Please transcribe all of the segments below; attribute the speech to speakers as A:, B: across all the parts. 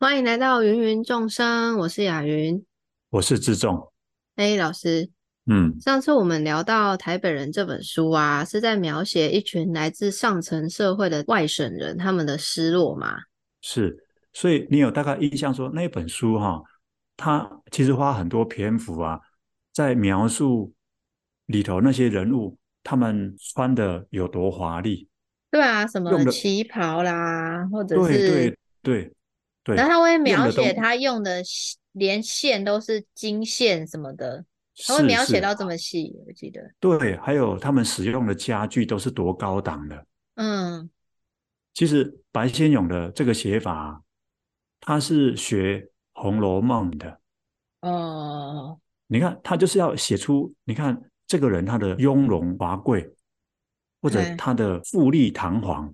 A: 欢迎来到芸芸众生，我是雅云。
B: 我是志仲，
A: 哎，老师，
B: 嗯，
A: 上次我们聊到《台北人》这本书啊，是在描写一群来自上层社会的外省人他们的失落嘛？
B: 是，所以你有大概印象说那本书哈、它其实花很多篇幅啊，在描述里头那些人物他们穿的有多华丽，
A: 对啊，什么
B: 用的
A: 旗袍啦，或者
B: 对
A: 是，
B: 对对对，
A: 然后他会
B: 用
A: 描
B: 的
A: 写
B: 东
A: 他用的线连线都是金线什么的，他会
B: 是
A: 描写
B: 是，
A: 到这么细，我记得。
B: 对，还有他们使用的家具都是多高档的。
A: 嗯，
B: 其实白先勇的这个写法啊，他是学《红楼梦》的。
A: 哦，
B: 你看，他就是要写出，你看这个人他的雍容华贵，或者
A: 对。
B: 他的富丽堂皇，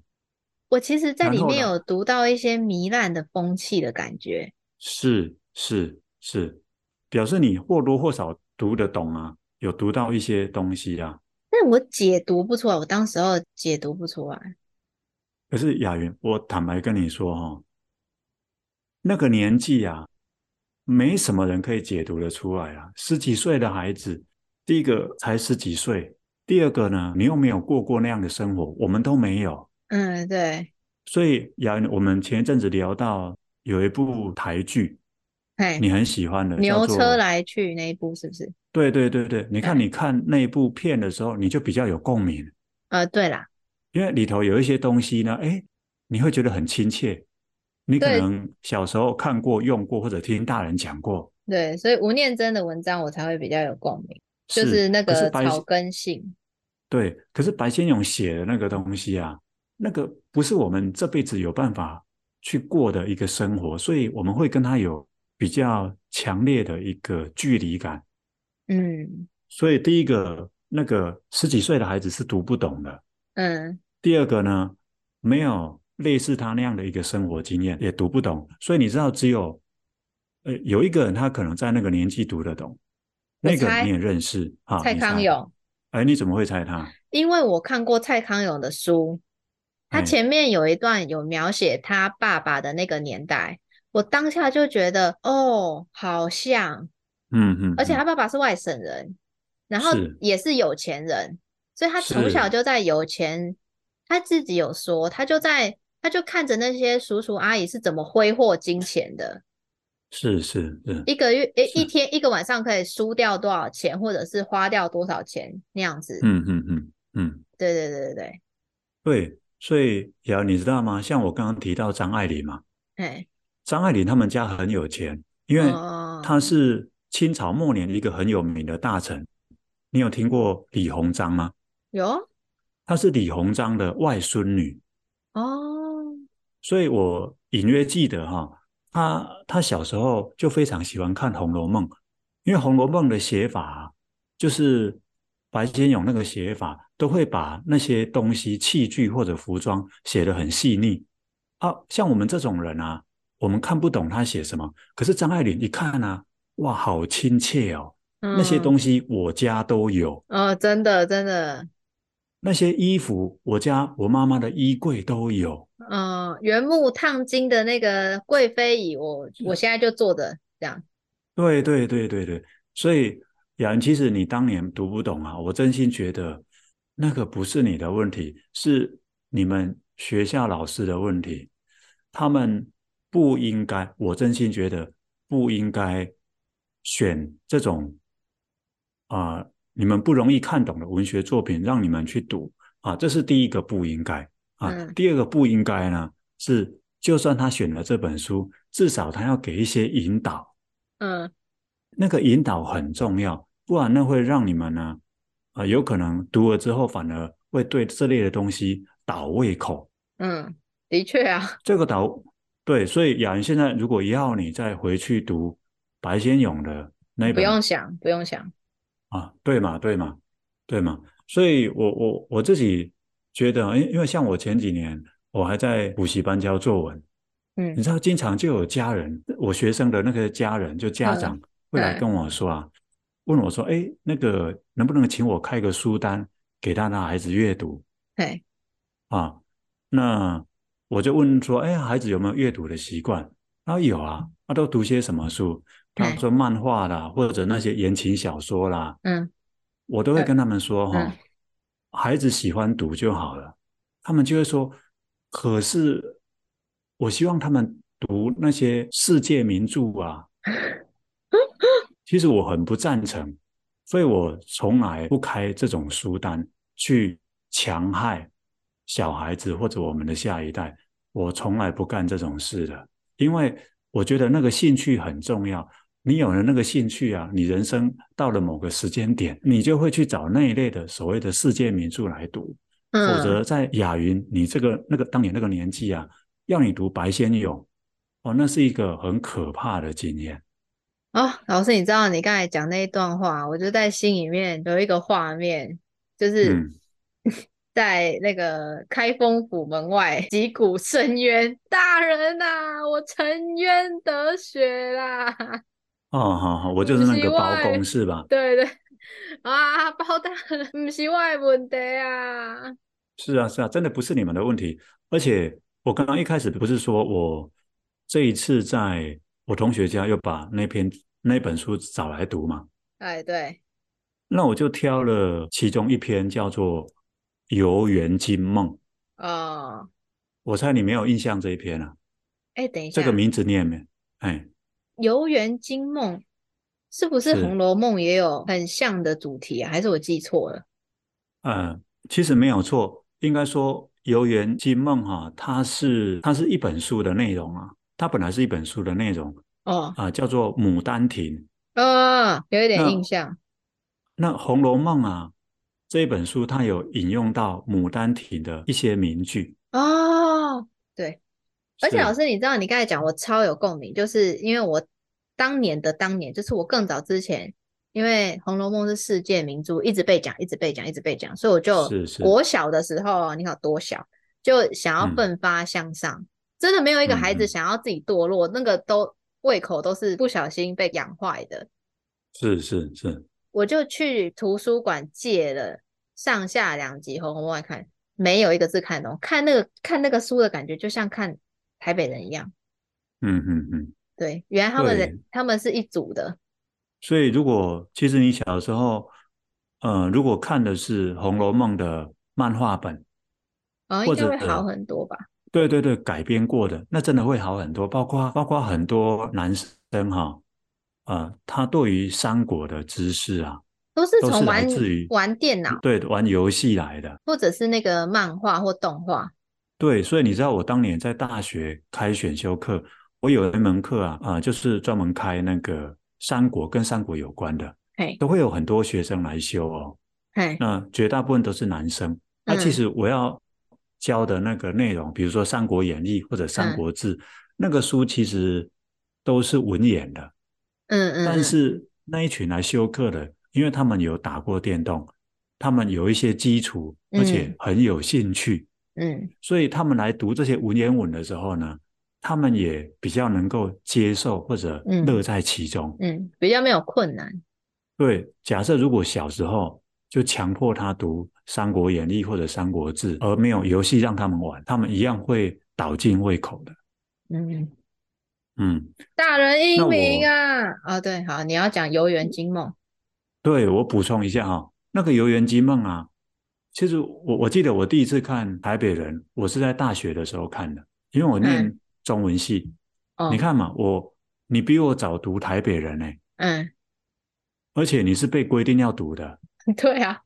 A: 我其实在
B: 然
A: 里
B: 后
A: 面
B: 呢，
A: 有读到一些糜烂的风气的感觉。
B: 是是是，表示你或多或少读得懂啊，有读到一些东西啊。
A: 但我解读不出来，我当时候解读不出来。
B: 可是雅云，我坦白跟你说哦，那个年纪啊，没什么人可以解读得出来啊。十几岁的孩子，第一个才十几岁，第二个呢，你又没有过过那样的生活，我们都没有。
A: 嗯，对，
B: 所以雅云，我们前一阵子聊到有一部台剧，
A: 哎，
B: 你很喜欢的，叫
A: 牛车
B: 做
A: 来去那一部是不是？
B: 对对对对，你看
A: 哎，
B: 你看那部片的时候，你就比较有共鸣，
A: 呃，对啦，
B: 因为里头有一些东西呢，哎，你会觉得很亲切，你可
A: 对
B: 能小时候看过、用过，或者听大人讲过，
A: 对，所以吴念真的文章我才会比较有共鸣，就是
B: 是。
A: 那
B: 可是
A: 个
B: 白
A: 草
B: 先
A: 根性。
B: 对，可是白先勇写的那个东西啊，那个不是我们这辈子有办法去过的一个生活，所以我们会跟他有比较强烈的一个距离感。
A: 嗯
B: 所以第一个，那个十几岁的孩子是读不懂的；
A: 嗯，
B: 第二个呢，没有类似他那样的一个生活经验，也读不懂。所以你知道，只有呃有一个人，他可能在那个年纪读得懂，
A: 我
B: 那个人你
A: 猜
B: 也认识啊，
A: 蔡
B: 你
A: 康
B: 猜？
A: 永，
B: 哎，你怎么会猜他？
A: 因为我看过蔡康永的书，他
B: 哎，
A: 前面有一段有描写他爸爸的那个年代，我当下就觉得哦，好像。
B: 嗯嗯
A: 而且他
B: 嗯，
A: 爸爸是外省人，然后
B: 是
A: 也是有钱人，所以他从小
B: 是，
A: 就在有钱。他自己有说，他就在，他就看着那些叔叔阿姨是怎么挥霍金钱的，
B: 是是是
A: 一个月，诶，一
B: 是，
A: 天一个晚上可以输掉多少钱，或者是花掉多少钱那样子。
B: 嗯嗯嗯嗯，
A: 对对对对对，
B: 对。所以，瑶，你知道吗？像我刚刚提到张爱玲嘛，
A: 哎，
B: 张爱玲他们家很有钱，因为她
A: 哦，
B: 是清朝末年一个很有名的大臣。你有听过李鸿章吗？
A: 有，
B: 她是李鸿章的外孙女，
A: 哦，
B: 所以我隐约记得哈、她她小时候就非常喜欢看《红楼梦》，因为《红楼梦》的写法啊就是白先勇那个写法，都会把那些东西、器具或者服装写得很细腻。啊，像我们这种人啊，我们看不懂他写什么，可是张爱玲一看啊，哇，好亲切哦，那些
A: 嗯，
B: 东西我家都有，
A: 哦，真的真的，
B: 那些衣服我家我妈妈的衣柜都有，
A: 嗯，原木烫金的那个贵妃椅，我我现在就坐着这样。
B: 对对对对对，所以雅文，其实你当年读不懂啊，我真心觉得那个不是你的问题，是你们学校老师的问题，他们不应该，我真心觉得不应该选这种啊、你们不容易看懂的文学作品让你们去读啊，这是第一个不应该啊。
A: 嗯
B: 第二个不应该呢是，就算他选了这本书，至少他要给一些引导。
A: 嗯
B: 那个引导很重要，不然那会让你们呢，呃，有可能读了之后反而会对这类的东西倒胃口。
A: 嗯，的确啊，
B: 这个倒，对，所以雅云现在如果要你再回去读白先勇的那一
A: 不
B: 本
A: 用想，不用想。
B: 啊，对嘛，对嘛，对嘛，所以我我我自己觉得，因因为像我前几年我还在补习班教作文，你
A: 嗯
B: 知道，经常就有家人，我学生的那个家人，就家
A: 嗯，
B: 长会来
A: 对，
B: 跟我说啊，问我说，哎，那个能不能请我开个书单给他的孩子阅读
A: 嘿，
B: 啊？那我就问说，哎，孩子有没有阅读的习惯？然后有啊，他、都读些什么书？他
A: 嗯
B: 说漫画啦，或者那些言情小说啦，
A: 嗯，
B: 我都会跟他们说哈、
A: 嗯
B: 孩子喜欢读就好了。他们就会说，可是我希望他们读那些世界名著啊。其实我很不赞成，所以我从来不开这种书单去强害小孩子或者我们的下一代。我从来不干这种事的，因为我觉得那个兴趣很重要。你有了那个兴趣啊，你人生到了某个时间点，你就会去找那一类的所谓的世界名著来读。否
A: 嗯，
B: 则在雅云，你这个那个当年那个年纪啊，要你读白先勇，哦，那是一个很可怕的经验。
A: 哦，老师，你知道你刚才讲那一段话，我就在心里面有一个画面，就是
B: 嗯
A: 在那个开封府门外击鼓申冤，大人呐、我沉冤得雪啦！
B: 哦，好好，我就是那个包
A: 不是
B: 公是吧？
A: 对对，啊，包大人，不是我的问题啊。
B: 是啊，是啊，真的不是你们的问题。而且我刚刚一开始不是说我这一次在我同学家又把那篇那本书找来读嘛？
A: 哎，对，
B: 那我就挑了其中一篇叫做《游园惊梦》，
A: 哦，
B: 我猜你没有印象这一篇啊，
A: 哎，等一
B: 这
A: 下
B: 个，名字念没？哎，
A: 游园惊梦是不是《
B: 是
A: 红楼梦》也有很像的主题啊？还是我记错了？
B: 呃，其实没有错，应该说《游园惊梦》哈，它是它是一本书的内容啊，它本来是一本书的内容
A: 哦，
B: 啊、叫做《牡丹亭》。
A: 呃，有一点
B: 那
A: 印象。
B: 那《红楼梦》啊，这一本书它有引用到《牡丹亭》的一些名句，
A: 哦，而且
B: 是
A: 老师，你知道你刚才讲我超有共鸣，就是因为我当年的当年，就是我更早之前，因为《红楼梦》是世界名著，一直被讲，一直被讲，一直被讲，所以我就是
B: 是
A: 国小的时候，你看多小，就想要
B: 嗯
A: 奋发向上，真的没有一个孩
B: 嗯
A: 子
B: 嗯
A: 想要自己堕落，那个都胃口都是不小心被养坏的。
B: 是是是，
A: 我就去图书馆借了上下两集《红楼梦》来看，没有一个字看懂，看那个看那个书的感觉，就像看台北人一样。
B: 嗯嗯嗯。
A: 对，原来他们人
B: 对
A: 他们是一组的，
B: 所以，如果其实你小时候，呃，如果看的是《红楼梦》的漫画本，
A: 哦，应
B: 或
A: 该
B: 者啊
A: 会好很多吧？
B: 对对对，改编过的，那真的会好很多。包括包括很多男生哈、呃，他对于三国的知识啊，
A: 都是
B: 都
A: 从
B: 是来
A: 玩
B: 自于
A: 玩电脑
B: 对玩游戏来的。
A: 或者是那个漫画或动画，
B: 对，所以你知道我当年在大学开选修课，我有一门课啊，啊、就是专门开那个三国跟三国有关的，
A: 嘿，
B: 都会有很多学生来修哦。
A: 嘿，
B: 那绝大部分都是男生。那、其
A: 嗯
B: 实我要教的那个内容，比如说《三国演义》或者《三
A: 嗯
B: 国志》，那个书其实都是文言的，
A: 嗯嗯，
B: 但
A: 嗯
B: 是那一群来修课的，因为他们有打过电动，他们有一些基础，而且
A: 嗯
B: 很有兴趣，
A: 嗯
B: 所以他们来读这些文言文的时候呢，他们也比较能够接受或者
A: 嗯
B: 乐在其中。
A: 嗯，比较没有困难，
B: 对，假设如果小时候就强迫他读《三国演义》或者《三国志》，而没有游戏让他们玩，他们一样会倒尽胃口的。
A: 嗯，
B: 嗯，
A: 大人英
B: 那
A: 明
B: 我
A: 啊，哦对，好，你要讲《游园惊梦》，
B: 对，我补充一下哈、那个《游园惊梦》啊，其实我我记得我第一次看《台北人》，我是在大学的时候看的，因为我念
A: 嗯
B: 中文系。
A: 哦，
B: 你，看嘛，我你比我早读《台北人》呢，
A: 嗯，
B: 而且你是被规定要读的。
A: 对啊，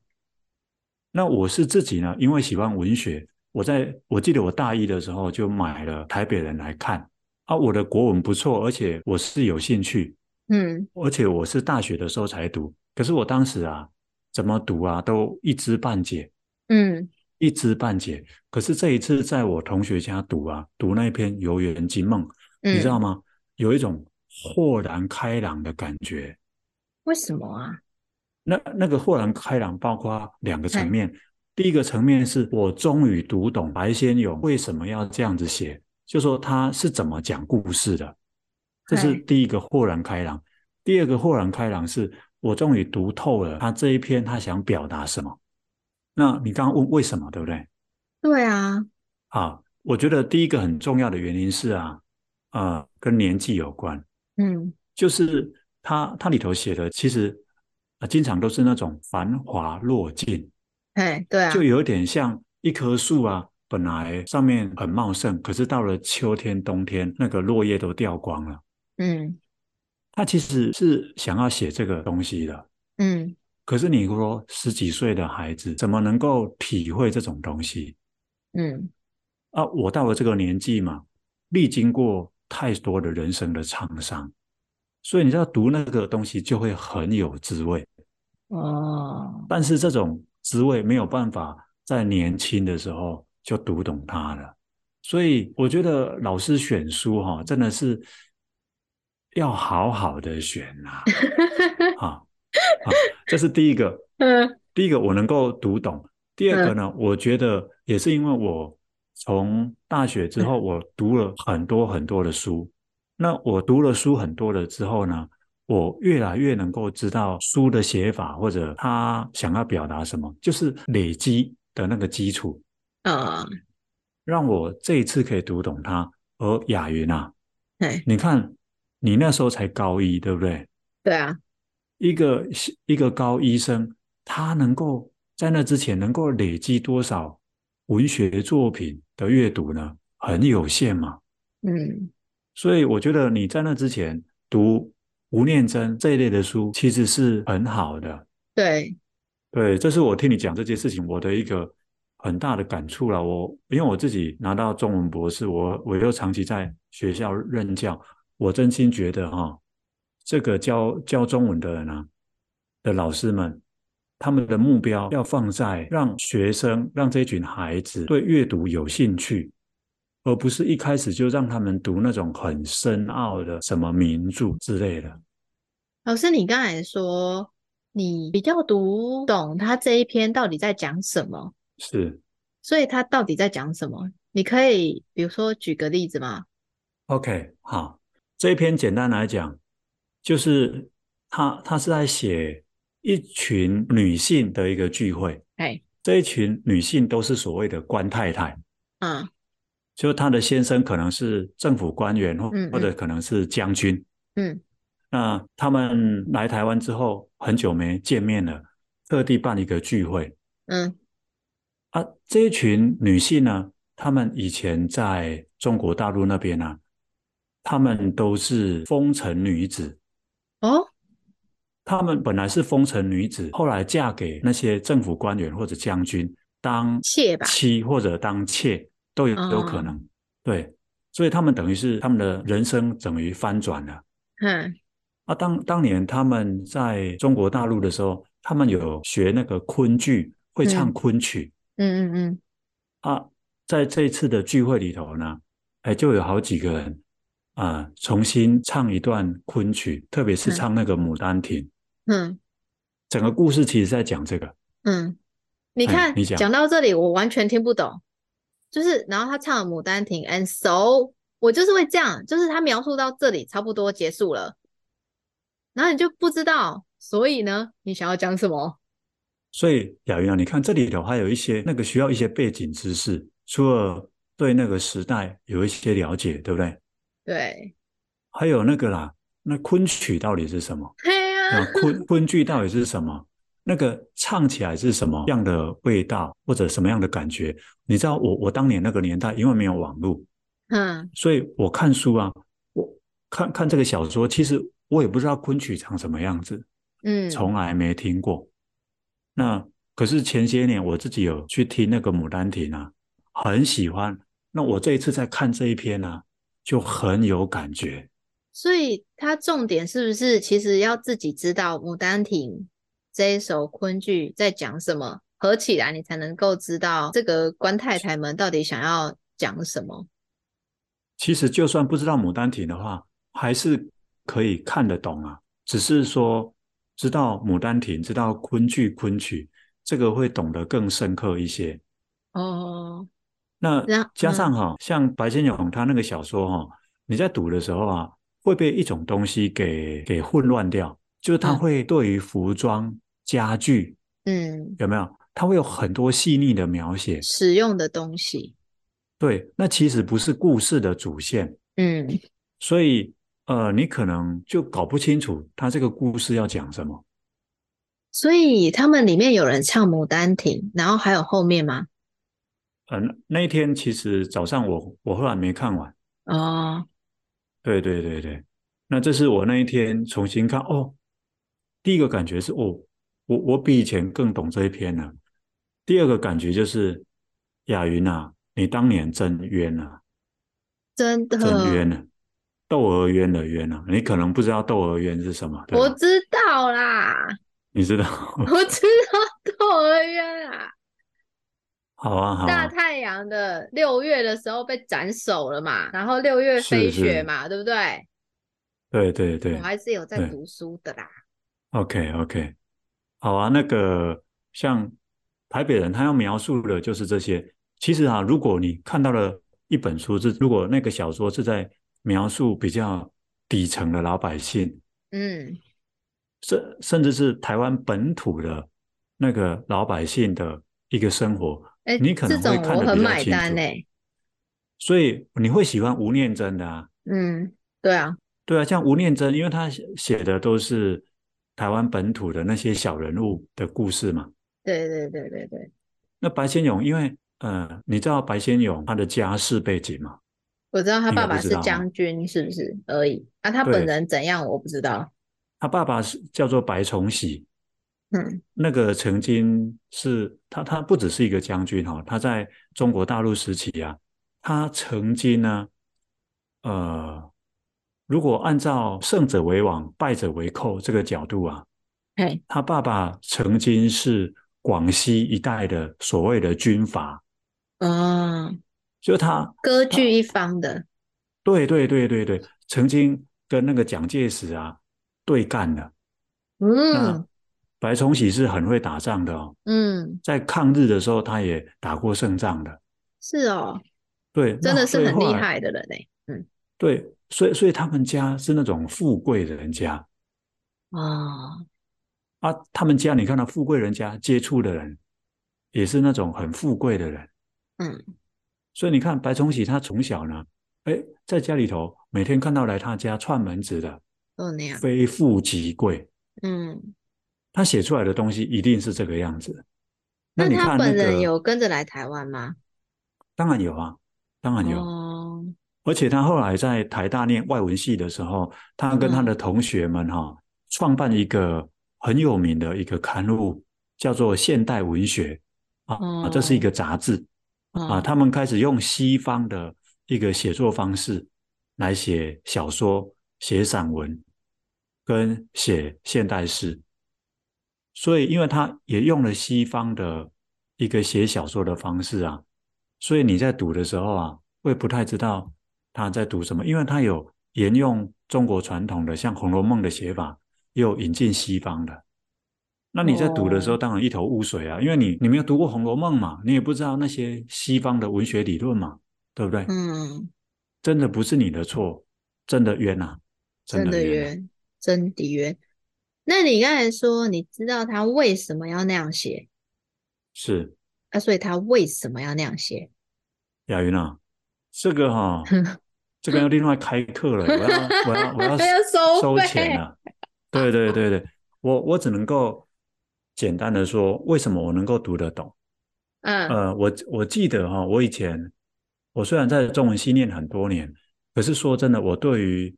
B: 那我是自己呢，因为喜欢文学，我在我记得我大一的时候就买了《台北人》来看啊，我的国文不错，而且我是有兴趣，
A: 嗯
B: 而且我是大学的时候才读，可是我当时啊，怎么读啊都一知半解，
A: 嗯
B: 一知半解。可是这一次在我同学家读啊，读那篇《游园惊梦》，你知道
A: 嗯，
B: 吗？有一种豁然开朗的感觉。
A: 为什么啊？
B: 那那个豁然开朗，包括两个层
A: 哎
B: 面。第一个层面是我终于读懂白先勇为什么要这样子写，就说他是怎么讲故事的，这是
A: 哎
B: 第一个豁然开朗。第二个豁然开朗是我终于读透了他这一篇他想表达什么。那你刚刚问为什么，对不对？
A: 对啊，
B: 啊，我觉得第一个很重要的原因是啊，呃跟年纪有关，
A: 嗯
B: 就是它它里头写的其实呃经常都是那种繁华落尽，
A: 哎，对啊，
B: 就有点像一棵树啊，本来上面很茂盛，可是到了秋天、冬天，那个落叶都掉光了。
A: 嗯
B: 他其实是想要写这个东西的，
A: 嗯，
B: 可是你说十几岁的孩子怎么能够体会这种东西
A: 嗯
B: 啊？我到了这个年纪嘛，历经过太多的人生的创伤，所以你知道读那个东西就会很有滋味。
A: 哦，
B: 但是这种滋味没有办法在年轻的时候就读懂它了，所以我觉得老师选书哈、真的是要好好的选呐、啊，啊这是第一个，
A: 嗯
B: 第一个我能够读懂，第二个呢，我觉得也是因为我从大学之后，我读了很多很多的书，那我读了书很多了之后呢，我越来越能够知道书的写法或者他想要表达什么，就是累积的那个基础，
A: 啊，
B: 让我这一次可以读懂它。而雅云啊，
A: 哎，
B: 你看你那时候才高一，对不对？
A: 对啊，
B: 一个一个高医生，他能够在那之前能够累积多少文学作品的阅读呢？很有限嘛。
A: 嗯
B: 所以我觉得你在那之前读吴念真这一类的书，其实是很好的。
A: 对，
B: 对，这是我听你讲这件事情，我的一个很大的感触了。我因为我自己拿到中文博士，我我又长期在学校任教，我真心觉得哈、这个教教中文的人啊的老师们，他们的目标要放在让学生让这群孩子对阅读有兴趣，而不是一开始就让他们读那种很深奥的什么名著之类的。
A: 老师你刚才说你比较读懂他这一篇到底在讲什么，
B: 是
A: 所以他到底在讲什么？你可以比如说举个例子吗？
B: OK，好，这一篇简单来讲，就是他他是在写一群女性的一个聚会，
A: 哎，
B: 这一群女性都是所谓的官太太，
A: 啊，
B: 就她的先生可能是政府官员或
A: 嗯嗯
B: 或者可能是将军，
A: 嗯
B: 那他们来台湾之后很久没见面了，特地办一个聚会
A: 嗯
B: 啊。这一群女性呢，她们以前在中国大陆那边呢、她们都是风尘女子。
A: 哦，
B: 她们本来是风尘女子，后来嫁给那些政府官员或者将军当
A: 妾吧，
B: 妻或者当妾都有
A: 哦
B: 有可能。对，所以她们等于是她们的人生等于翻转了。
A: 嗯
B: 啊，当当年他们在中国大陆的时候，他们有学那个昆剧，会唱
A: 嗯
B: 昆曲、
A: 嗯嗯嗯，
B: 啊。在这一次的聚会里头呢，哎，就有好几个人啊、重新唱一段昆曲，特别是
A: 嗯
B: 唱那个《牡丹亭》。
A: 嗯
B: 整个故事其实在讲这个。
A: 嗯，你
B: 哎
A: 看
B: 你讲
A: 讲到这里，我完全听不懂，就是然后他唱了《牡丹亭》，and so 我就是会这样，就是他描述到这里差不多结束了，然后你就不知道，所以呢，你想要讲什么？
B: 所以雅云啊，你看这里头还有一些那个需要一些背景知识，除了对那个时代有一些了解，对不对？
A: 对，
B: 还有那个啦，那昆曲到底是什么？
A: 嘿
B: 那
A: 呀，
B: 昆昆剧到底是什么？那个唱起来是什么样的味道，或者什么样的感觉？你知道我我当年那个年代，因为没有网络，
A: 嗯
B: 所以我看书啊，我看看这个小说，其实我也不知道昆曲长什么样子。
A: 嗯，
B: 从来没听过。那可是前些年我自己有去听那个《牡丹亭》啊，很喜欢。那我这一次在看这一篇呢、啊，就很有感觉。
A: 所以它重点是不是其实要自己知道《牡丹亭》这一首昆剧在讲什么，合起来你才能够知道这个官太太们到底想要讲什么。
B: 其实就算不知道《牡丹亭》的话，还是可以看得懂啊。只是说知道《牡丹亭》，知道昆剧、昆曲，这个会懂得更深刻一些。
A: 哦，
B: 那
A: 然后嗯
B: 加上哈、像白先勇他那个小说哈、你在读的时候啊，会被一种东西给给混乱掉，就是他
A: 嗯
B: 会对于服装、家具
A: 嗯，
B: 有没有，他会有很多细腻的描写。
A: 使用的东西，
B: 对，那其实不是故事的主线，
A: 嗯
B: 所以呃，你可能就搞不清楚他这个故事要讲什么。
A: 所以他们里面有人唱《牡丹亭》，然后还有后面吗？
B: 嗯、那一天其实早上我我后来没看完。
A: 哦，
B: 对对对对，那这是我那一天重新看哦，第一个感觉是哦，我我比以前更懂这一篇了。第二个感觉就是雅云啊，你当年真冤啊，
A: 真的，
B: 真冤啊，窦娥冤的冤啊，你可能不知道窦娥冤是什么，对吧啊
A: 我知道啦，
B: 你知道？
A: 我知道窦娥冤啊，
B: 好啊好
A: 大
B: 啊，
A: 太阳的六月的时候被斩首了嘛，然后六月
B: 是
A: 飞
B: 是
A: 雪嘛，对不对？
B: 对对对
A: 我还是有在
B: 对
A: 读书的啦。
B: ，OK OK，好啊，那个像台北人他要描述的就是这些。其实啊，如果你看到了一本书是，如果那个小说是在描述比较底层的老百姓，
A: 嗯，
B: 甚甚至是台湾本土的那个老百姓的一个生活，
A: 哎，
B: 你可
A: 这
B: 能会
A: 种
B: 看
A: 我
B: 得
A: 很
B: 比较
A: 买
B: 清
A: 单
B: 楚
A: 呢、
B: 所以你会喜欢吴念真的啊。
A: 嗯，对啊，
B: 对啊，像吴念真，因为他写写的都是台湾本土的那些小人物的故事嘛。
A: 对对对对对，
B: 那白先勇，因为呃，你知道白先勇他的家世背景嘛？
A: 我知道他
B: 应该
A: 爸爸
B: 不知
A: 是
B: 道哦
A: 将军，是不是而已？啊，他本
B: 对
A: 人怎样我不知道。
B: 他爸爸是叫做白崇禧，
A: 嗯，
B: 那个曾经是他，他不只是一个将军哦，他在中国大陆时期啊，他曾经呢，呃，如果按照胜者为王，败者为寇这个角度啊，
A: 嘿，
B: 他爸爸曾经是广西一带的所谓的军阀，
A: 哦，
B: 就他，
A: 割据一方的，
B: 对对对对对，曾经跟那个蒋介石啊对干了。那
A: 嗯
B: 白崇禧是很会打仗的哦，
A: 嗯，
B: 在抗日的时候他也打过胜仗的。
A: 是哦，
B: 对，
A: 真
B: 那
A: 的是
B: 所以
A: 很
B: 后
A: 厉
B: 来。
A: 害的人呢、嗯，
B: 对，所以所以他们家是那种富贵的人家
A: 哦，
B: 啊，他们家你看到富贵人家接触的人，也是那种很富贵的人。
A: 嗯，
B: 所以你看白崇禧他从小呢，哎，在家里头每天看到来他家串门子的，
A: 就那样，
B: 非富即贵，
A: 嗯。
B: 他写出来的东西一定是这个样子。那你
A: 他
B: 看那
A: 本人
B: 个，
A: 有跟着来台湾吗？
B: 当然有啊，当然有。
A: 哦，
B: 而且他后来在台大念外文系的时候，他跟他的同学们哈、创办一个很有名的一个刊物，叫做《现代文学》啊，啊这是一个杂志啊。
A: 哦，
B: 他们开始用西方的一个写作方式来写小说、写散文跟写现代诗，所以因为他也用了西方的一个写小说的方式啊，所以你在读的时候啊，会不太知道他在读什么，因为他有沿用中国传统的，像《红楼梦》的写法，也有引进西方的。那你在读的时候，
A: 哦
B: 当然一头雾水啊，因为你你没有读过《红楼梦》嘛，你也不知道那些西方的文学理论嘛，对不对？
A: 嗯，
B: 真的不是你的错，真的冤呐、啊真
A: 真的
B: 冤啊、
A: 冤，真的冤。那你刚才说，你知道他为什么要那样写？
B: 是
A: 啊，所以他为什么要那样写？
B: 雅云啊，这个哈、 这个要另外开课了，我要我要 我要
A: 要收
B: 收
A: 费
B: 钱啊了、对对对对，我我只能够简单的说，为什么我能够读得懂？
A: 嗯
B: 呃，我我记得哈、我以前我虽然在中文系念很多年，可是说真的，我对于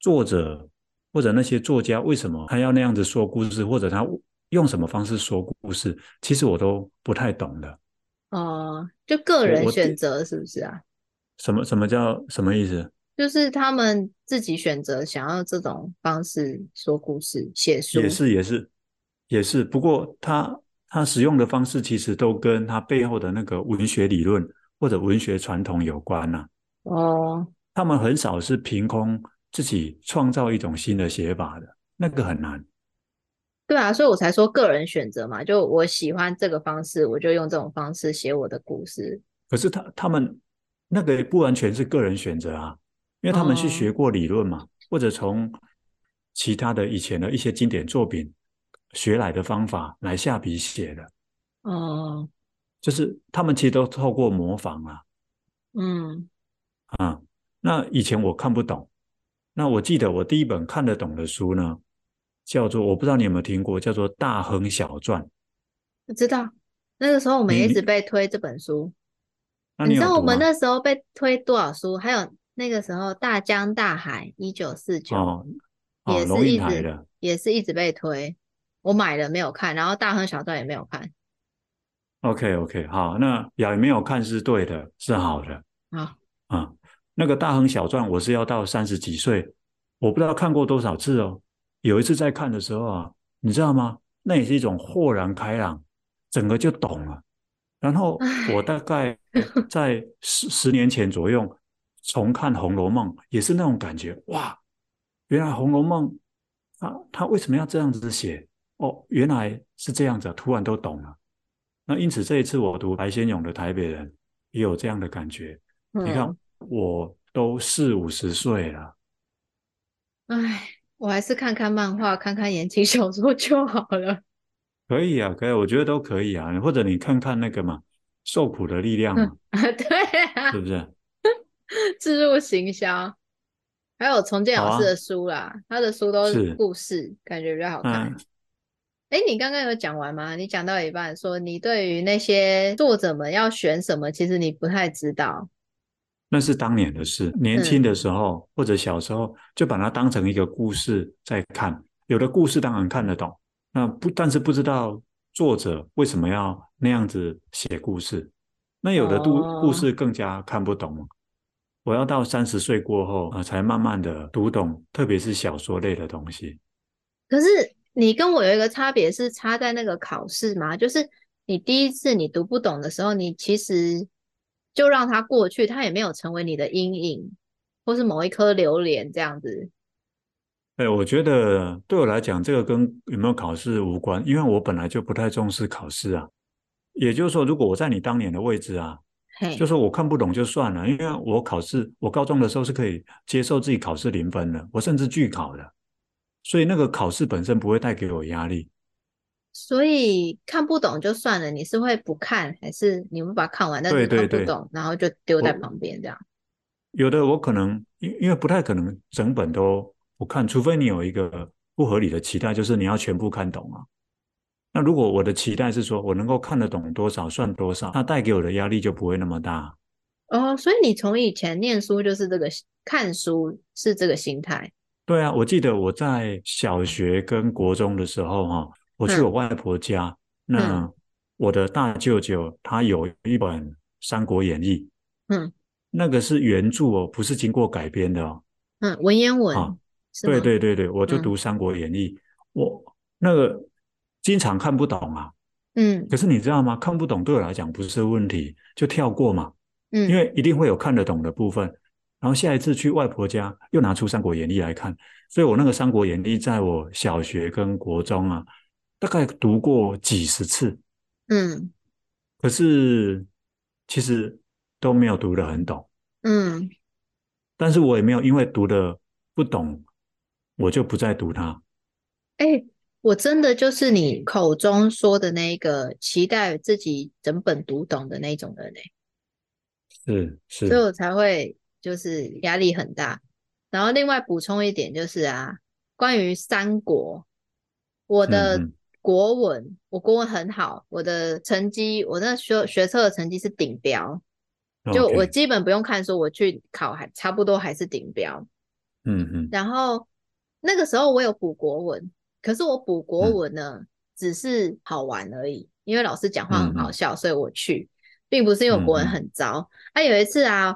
B: 作者或者那些作家为什么他要那样子说故事，或者他用什么方式说故事，其实我都不太懂的。
A: 哦，就个
B: 我
A: 人
B: 我
A: 选
B: 第
A: 择是不是啊？
B: 什么什么叫什么意思？
A: 就是他们自己选择想要这种方式说故事、写书。
B: 也是也是也是，不过他他使用的方式其实都跟他背后的那个文学理论或者文学传统有关呐、
A: 哦，
B: 他们很少是凭空自己创造一种新的写法的，那个很难。
A: 对啊，所以我才说个人选择嘛，就我喜欢这个方式，我就用这种方式写我的故事。
B: 可是他他们那个也不完全是个人选择啊，因为他们是学
A: 哦
B: 过理论嘛，或者从其他的以前的一些经典作品学来的方法来下笔写的，
A: 哦，
B: 就是他们其实都透过模仿啊。
A: 嗯
B: 啊，那以前我看不懂，那我记得我第一本看得懂的书呢，叫做我不知道你有没有听过，叫做《大亨小传》。
A: 我知道那个时候我们
B: 你
A: 也一
B: 你
A: 直被推这本书，
B: 那
A: 知
B: 有
A: 道我
B: 读
A: 们
B: 吗？
A: 那时候被推多少书？还有那个时候大江大海一九四九
B: 哦
A: 也
B: 哦，
A: 是
B: 龙
A: 一
B: 应台
A: 直
B: 的。
A: 也是一直被推，我买了没有看，然后大亨小传也没有看。
B: OK OK，好，那雅没有看是对的，是好的
A: 好，
B: 啊、那个《大亨小传》，我是要到三十几岁，我不知道看过多少次哦。有一次在看的时候啊，你知道吗？那也是一种豁然开朗，整个就懂了。然后
A: 唉
B: 我大概在十十年前左右重看《红楼梦》，也是那种感觉，哇，原来《红楼梦》啊，它为什么要这样子写？哦，原来是这样子啊，突然都懂了。那因此这一次我读白先勇的《台北人》，也有这样的感觉。你看
A: 嗯，，
B: 我都四五十岁了，
A: 唉，我还是看看漫画，看看言情小说就好了。
B: 可以啊，可以，我觉得都可以啊。或者你看看那个嘛，《受苦的力量》嘛，
A: 对啊
B: 是，不是？
A: 自入行销，还有重建
B: 好
A: 老
B: 啊
A: 师的书啦，他的书都
B: 是
A: 故事，感觉比较好看
B: 嗯。，
A: 哎，你刚刚有讲完吗？你讲到一半说你对于那些作者们要选什么，其实你不太知道。
B: 那是当年的事。年
A: 嗯
B: 轻的时候或者小时候，就把它当成一个故事在看。有的故事当然看得懂，那不，但是不知道作者为什么要那样子写故事。那有的故
A: 哦
B: 故事更加看不懂。我要到三十岁过后啊、呃才慢慢的读懂，特别是小说类的东西。
A: 可是你跟我有一个差别是差在那个考试嘛，就是你第一次你读不懂的时候，你其实就让它过去，它也没有成为你的阴影，或是某一颗榴莲这样子。
B: 对，哎我觉得对我来讲，这个跟有没有考试无关，因为我本来就不太重视考试啊。也就是说，如果我在你当年的位置啊，
A: 嘿
B: 就，说我看不懂就算了，因为我考试，我高中的时候是可以接受自己考试零分的，我甚至拒考的，所以那个考试本身不会带给我压力。
A: 所以看不懂就算了，你是会不看，还是你会把它看完，但是
B: 对
A: 你看
B: 对
A: 不
B: 对
A: 懂，然后就丢在
B: 我
A: 旁边这样？
B: 有的我可能因因为不太可能整本都不看，除非你有一个不合理的期待，就是你要全部看懂啊。那如果我的期待是说我能够看得懂多少算多少，那带给我的压力就不会那么大。
A: 哦，所以你从以前念书就是这个心看书是这个心态，
B: 对啊，我记得我在小学跟国中的时候哈、我去
A: 嗯
B: 我外婆家，那我的大舅舅他有一本《三国演义》，
A: 嗯，
B: 那个是原著哦，不是经过改编的哦。
A: 嗯，文言文
B: 啊
A: 是
B: 对
A: 吗？
B: 对对对，我就
A: 嗯
B: 读《三国演义》我那个经常看不懂啊。
A: 嗯
B: 可是你知道吗？看不懂对我来讲不是问题，就跳过嘛，
A: 嗯，
B: 因为一定会有看得懂的部分。然后下一次去外婆家，又拿出《三国演义》来看，所以我那个《三国演义》在我小学跟国中啊，大概读过几十次，
A: 嗯
B: 可是其实都没有读得很懂。
A: 嗯
B: 但是我也没有因为读的不懂，我就不再读它。
A: 哎、我真的就是你口中说的那个期待自己整本读懂的那种人哎、
B: 是是
A: 所以我才会就是压力很大。然后另外补充一点就是啊，关于三国，我
B: 嗯
A: 的
B: 嗯
A: 国文，我国文很好，我的成绩，我那学学测的成绩是顶标，就我
B: 哦 OK，
A: 基本不用看书，我去考还差不多还是顶标。
B: 嗯嗯
A: 然后那个时候我有补国文，可是我补国
B: 嗯
A: 文呢，只是好玩而已，因为老师讲话很好
B: 嗯嗯
A: 笑，所以我去，并不是因为我国文
B: 嗯嗯
A: 很糟。啊，有一次啊，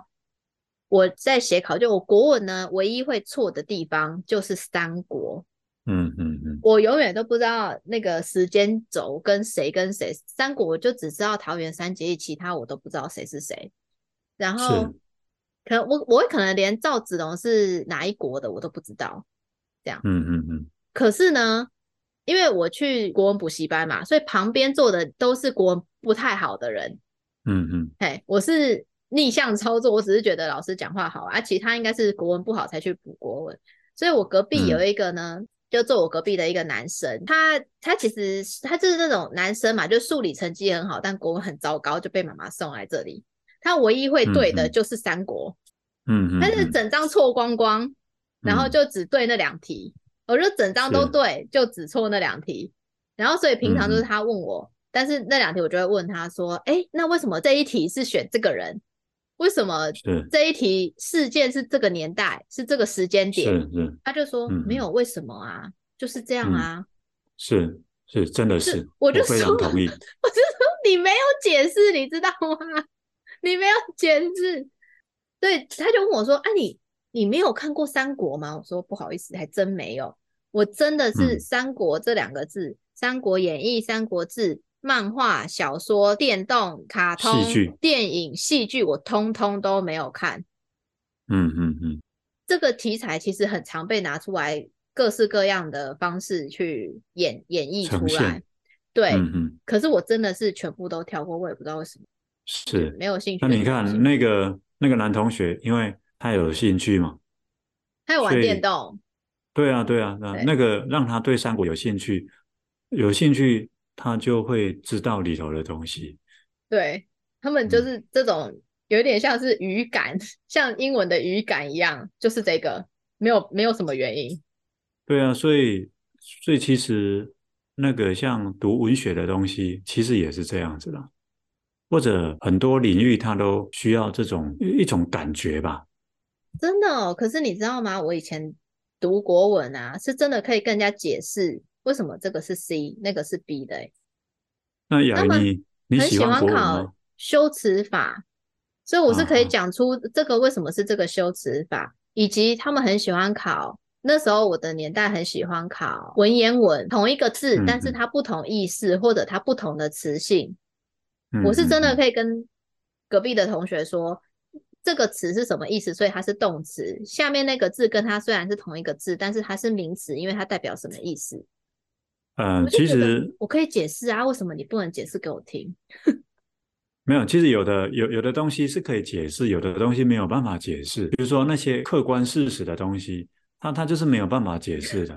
A: 我在写考卷，我国文呢唯一会错的地方就是三国，
B: 嗯嗯嗯，
A: 我永远都不知道那个时间轴跟谁跟谁。三国我就只知道桃园三结义，其他我都不知道谁是谁。然后
B: 是，
A: 可能我我可能连赵子龙是哪一国的我都不知道。
B: 嗯嗯嗯，
A: 可是呢，因为我去国文补习班嘛，所以旁边坐的都是国文不太好的人。
B: 嗯嗯，
A: 嘿，我是逆向操作，我只是觉得老师讲话好啊，其他应该是国文不好才去补国文。所以我隔壁有
B: 嗯
A: 一个呢，就坐我隔壁的一个男生，他他其实是他就是那种男生嘛，就数理成绩很好，但国文很糟糕，就被妈妈送来这里。他唯一会对的
B: 嗯嗯
A: 就是三国，
B: 嗯嗯，
A: 但是
B: 嗯
A: 整张错光光。然后
B: 嗯
A: 就只对那两题，我就整张都
B: 是
A: 对，就只错那两题。然后所以平常都是
B: 嗯
A: 他问我，但是那两题我就会问他说：“哎，那为什么这一题是选这个人？为什么
B: 是
A: 这一题事件是这个年代，是这个时间点
B: 是是？”
A: 他就说：“
B: 嗯
A: 没有为什么啊，就是这样
B: 嗯
A: 啊。
B: 是是，真的
A: 是
B: 是，
A: 我就
B: 非常
A: 说
B: 同 意。
A: 我就说你没有解释，你知道吗？你没有解释。对，他就问我说：“啊你，你没有看过《三国》吗？”我说：“不好意思，还真没有。我真的是
B: 嗯
A: 《三国》这两个字，三国演义》《三国志》漫画、小说、电动、卡
B: 戏
A: 通
B: 剧、
A: 电影、戏剧，我通通都没有看。
B: 嗯嗯嗯，
A: 这个题材其实很常被拿出来，各式各样的方式去演演绎
B: 呈
A: 出来
B: 现。
A: 对，
B: 嗯嗯，
A: 可是我真的是全部都跳过，我也不知道为什么。”
B: 是。
A: 没有兴趣
B: 那
A: 的
B: 你
A: 东西
B: 看那个那个男同学，因为他有兴趣嘛，
A: 还有玩
B: 所以
A: 电动，
B: 对啊对啊，那
A: 对
B: 那个让他对三国有兴趣，有兴趣他就会知道里头的东西。
A: 对他们就
B: 嗯
A: 是这种有点像是语感， 像英文的语感一样，就是这个没有没有什么原因。
B: 对啊，所以所以其实那个像读文学的东西，其实也是这样子啦，或者很多领域它都需要这种一种感觉吧。
A: 真的哦，可是你知道吗？我以前读国文啊，是真的可以跟人家解释为什么这个是 C，那个是 B 的欸、
B: 那雅
A: 他
B: 云
A: 们
B: 你你
A: 很
B: 喜欢
A: 欢
B: 国文
A: 考
B: 吗？
A: 修辞法，所以我是可
B: 啊
A: 以
B: 啊
A: 讲出这个为什么是这个修辞法，以及他们很喜欢考。那时候我的年代很喜欢考文言文，同一个字
B: 嗯，
A: 但是
B: 嗯
A: 它不同意思或者它不同的词性。
B: 嗯
A: 我是真的
B: 嗯
A: 可以跟隔壁的同学说这个词是什么意思，所以它是动词。下面那个字跟它虽然是同一个字，但是它是名词，因为它代表什么意思。
B: 嗯
A: 我
B: 呃，
A: 就
B: 其
A: 觉得
B: 实
A: 我可以解释啊，为什么你不能解释给我听？
B: 没有，其实有的有有的东西是可以解释，有的东西没有办法解释。比如说那些客观事实的东西，它它就是没有办法解释的。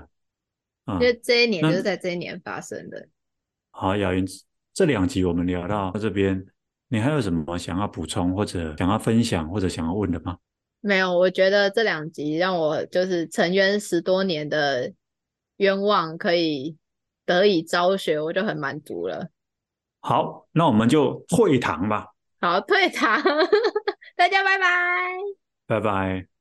B: 啊、
A: 因为这一年
B: 那
A: 就是在这一年发生的。
B: 好，雅云，这两集我们聊到这边，你还有什么想要补充或者想要分享或者想要问的吗？
A: 没有，我觉得这两集让我就是沉冤十多年的冤枉可以得以昭雪，我就很满足了。
B: 好，那我们就会堂吧，
A: 好，退堂，大家拜拜。
B: 拜拜。